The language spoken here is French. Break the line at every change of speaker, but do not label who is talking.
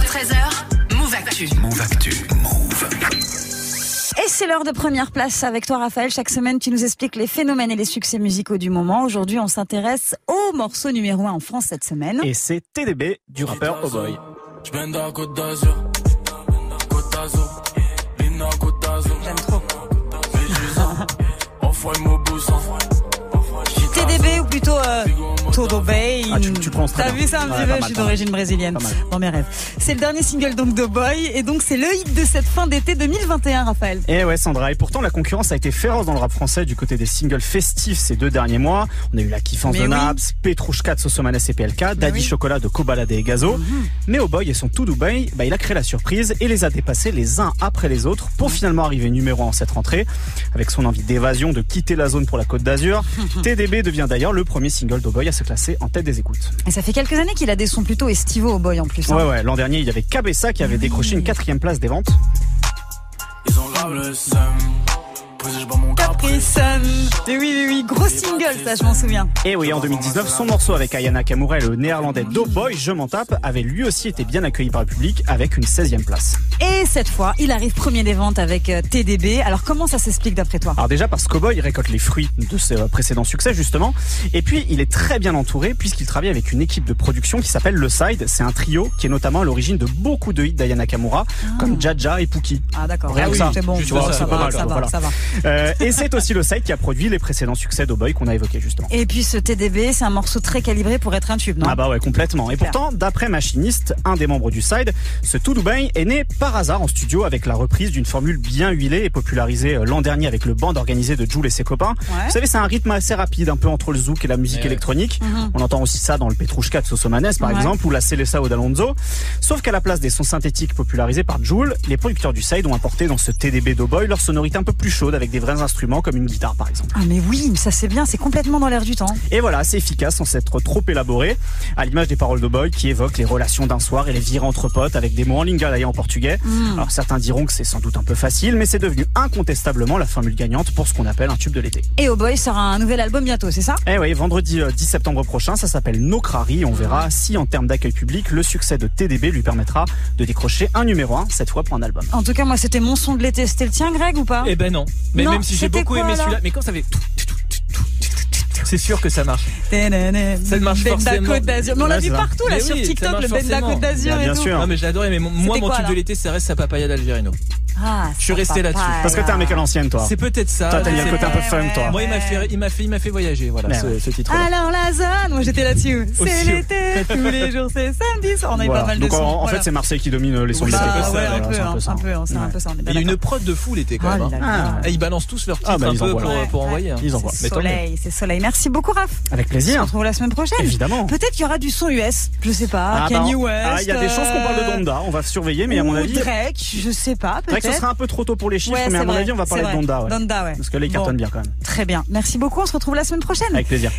13h, Move Actu.
Move Actu. Move.
Et c'est l'heure de première place avec toi Raphaël. Chaque semaine, tu nous expliques les phénomènes et les succès musicaux du moment. Aujourd'hui, on s'intéresse au morceau numéro 1 en France cette semaine.
Et c'est TDB du rappeur Oh Boy.
J'mène d'un Côte d'Azur, Côte d'Azur, Lina Côte d'Azur. J'aime trop. Enfoiré Mobus, enfoiré.
TDB ou plutôt euh, Todo Bay.
Ah, tu- tu prononces très
T'as
bien.
vu ça un
Ouais,
petit
pas
peu Je
mal,
suis
pas mal.
d'origine brésilienne.
Pas mal.
Dans mes rêves. C'est le dernier single donc de Boy et donc c'est le hit de cette fin d'été 2021 Raphaël.
Et Eh ouais, Sandra. Et pourtant, la concurrence a été féroce dans le rap français du côté des singles festifs ces deux derniers mois. On a eu la kiffance
Mais
de
oui.
Naps, Petrouchka de Sosomanes et PLK, Daddy
oui. Mhm.
Chocolat de Kobalade et Gazo. Mais au boy et son tout Dubaï, bah, il a créé la surprise et les a dépassés les uns après les autres pour finalement arriver numéro 1 en cette rentrée. Avec son envie d'évasion, de quitter la zone pour la Côte d'Azur, TDB devient d'ailleurs le premier single d'Oboy à se classer en tête des écoutes.
Et ça fait quelques années qu'il a des sons plutôt estivaux au Boy en plus. hein.
Ouais, ouais. L'an dernier, il y avait Cabessa qui avait décroché une quatrième place des ventes.
Ils ont grave le seum. Posé, j'bats mon caprice.
Caprice Et oui, oui, oui, gros single, ça je m'en souviens.
Et oui, en 2019, son morceau avec Ayana Kamura et le néerlandais Doughboy, Je m'en tape, avait lui aussi été bien accueilli par le public avec une 16e place.
Et cette fois, il arrive premier des ventes avec euh, TDB. Alors comment ça s'explique d'après toi
Alors déjà parce qu'Oboy récolte les fruits de ses euh, précédents succès justement, et puis il est très bien entouré puisqu'il travaille avec une équipe de production qui s'appelle Le Side, c'est un trio qui est notamment à l'origine de beaucoup de hits d'Ayana Kamura, comme Jaja et Pookie.
Ah d'accord,
Rien
Ah
que
oui,
ça.
c'est bon,
Juste
ça,
ça,
va,
c'est
ça,
pas
va,
mal,
ça, va,
voilà.
ça va.
Euh, et c'est aussi Le Side qui a produit les précédents succès d'Oboy qu'on a évoqués justement.
Et puis ce TDB, c'est un morceau très calibré pour être un tube, non
Ah bah ouais, complètement. Et
Clair.
pourtant, d'après Machiniste, un des membres du Side, ce tout Dubaï est né par hasard en studio avec la reprise d'une formule bien huilée et popularisée euh, l'an dernier avec le band organisé de Jules et ses copains.
Ouais.
Vous savez, c'est un rythme assez rapide, un peu entre le zouk et la musique électronique. On entend aussi ça dans le Petrouchka de Sosomanes, par
Mhm. Ouais.
exemple, ou la Célessa d'Alonso. Sauf qu'à la place des sons synthétiques popularisés par Jules, les producteurs du Side ont apporté dans ce TDB d'Oboy leur sonorité un peu plus chaude avec des vrais instruments comme une guitare, par exemple.
Ah mais oui, mais ça c'est bien, c'est complètement dans l'air du temps.
Et voilà, c'est efficace sans s'être trop élaboré, à l'image des paroles de Boy qui évoquent les relations d'un soir et les virées entre potes avec des mots en lingala et en portugais.
Mm.
Alors certains diront que c'est sans doute un peu facile, mais c'est devenu incontestablement la formule gagnante pour ce qu'on appelle un tube de l'été.
Et Oh Boy sera un nouvel album bientôt, c'est ça
Eh oui, vendredi euh, 10 septembre prochain, ça s'appelle Nokrari, on verra si en termes d'accueil public, le succès de TDB lui permettra de décrocher un numéro 1, cette fois pour un album.
En tout cas, moi c'était mon son de l'été, c'était le tien Greg ou pas
Eh ben non. Mais
Non,
même si j'ai
c'était
beaucoup
quoi,
aimé
alors
celui-là, mais quand ça fait tout, tout, tout, tout, tout, tout, c'est sûr que ça marche.
Ça
Ça marche forcément.
Côte d'Azur. Mais on l'a
Ouais,
vu
c'est ça.
partout là
Mais
sur
oui, ça
TikTok,
marche
le Benda
forcément.
Côte d'Azur
Bien
et tout.
sûr.
Non mais je l'adore, mais mon- moi
C'était quoi,
mon tube de
alors
l'été ça reste sa papaya d'Algerino.
Ah,
Je suis resté
sympa.
là-dessus.
Parce que t'es un mec à l'ancienne, toi.
C'est peut-être ça.
Toi, t'as
je
mis un
sais
côté un
pas.
peu fun, toi.
Moi il m'a fait, il m'a fait, il m'a fait voyager, voilà,
Mais
ce,
ouais.
ce titre.
Alors la zone, moi j'étais là-dessus. C'est
Aussi, ouais.
l'été, tous les jours c'est samedi, soir. on a eu
Voilà.
pas mal
Donc
de
en,
sons.
en
Voilà.
fait, c'est Marseille qui domine euh, les sons
Oui,
Bah,
c'est
lycées.
un peu ça,
ouais, un
Voilà,
peu,
c'est
hein,
ça.
un peu, hein, c'est un
Ouais.
peu ça, on est
Il y a
bien
une
d'accord.
prod de fou l'été quand
Ah
même.
là
hein.
là.
Et ils balancent tous leurs titres
bah,
un
ils
peu
envoient.
pour,
Ouais,
pour
ouais.
envoyer. hein.
Ils envoient.
C'est
Mais tant mieux.
soleil, c'est soleil. Merci beaucoup, Raph.
Avec
On se
plaisir,
retrouve la semaine prochaine.
évidemment.
Peut-être qu'il y aura du son US, je sais pas.
Ah,
Kanye
bah, on-
West. euh,
ah, Il y a des chances qu'on parle de Donda, on va surveiller, mais à mon
ou
avis, c'est
Drake, je sais pas,
vrai que ce
peut-être.
sera un peu trop tôt pour les chiffres,
Ouais,
mais à
c'est
mon
vrai,
avis, on va
c'est
parler de
vrai.
Donda. ouais.
Donda, ouais.
Parce que là, ils
Bon,
cartonnent bien quand même.
Très bien. Merci beaucoup. On se retrouve la semaine prochaine.
Avec plaisir.